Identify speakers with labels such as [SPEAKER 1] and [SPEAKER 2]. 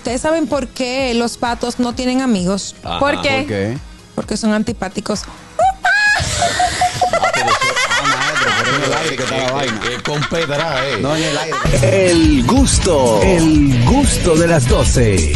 [SPEAKER 1] ¿Ustedes saben por qué los patos no tienen amigos?
[SPEAKER 2] Ajá.
[SPEAKER 3] ¿Por qué?
[SPEAKER 2] Ah,
[SPEAKER 4] ¿Qué?
[SPEAKER 1] Porque son antipáticos.
[SPEAKER 2] pero eso- ah, maestro, pero en el aire que está la
[SPEAKER 4] Eh,
[SPEAKER 2] vaina. Eh, con pedra, eh.
[SPEAKER 4] No en el aire.
[SPEAKER 5] El gusto, el gusto de las 12.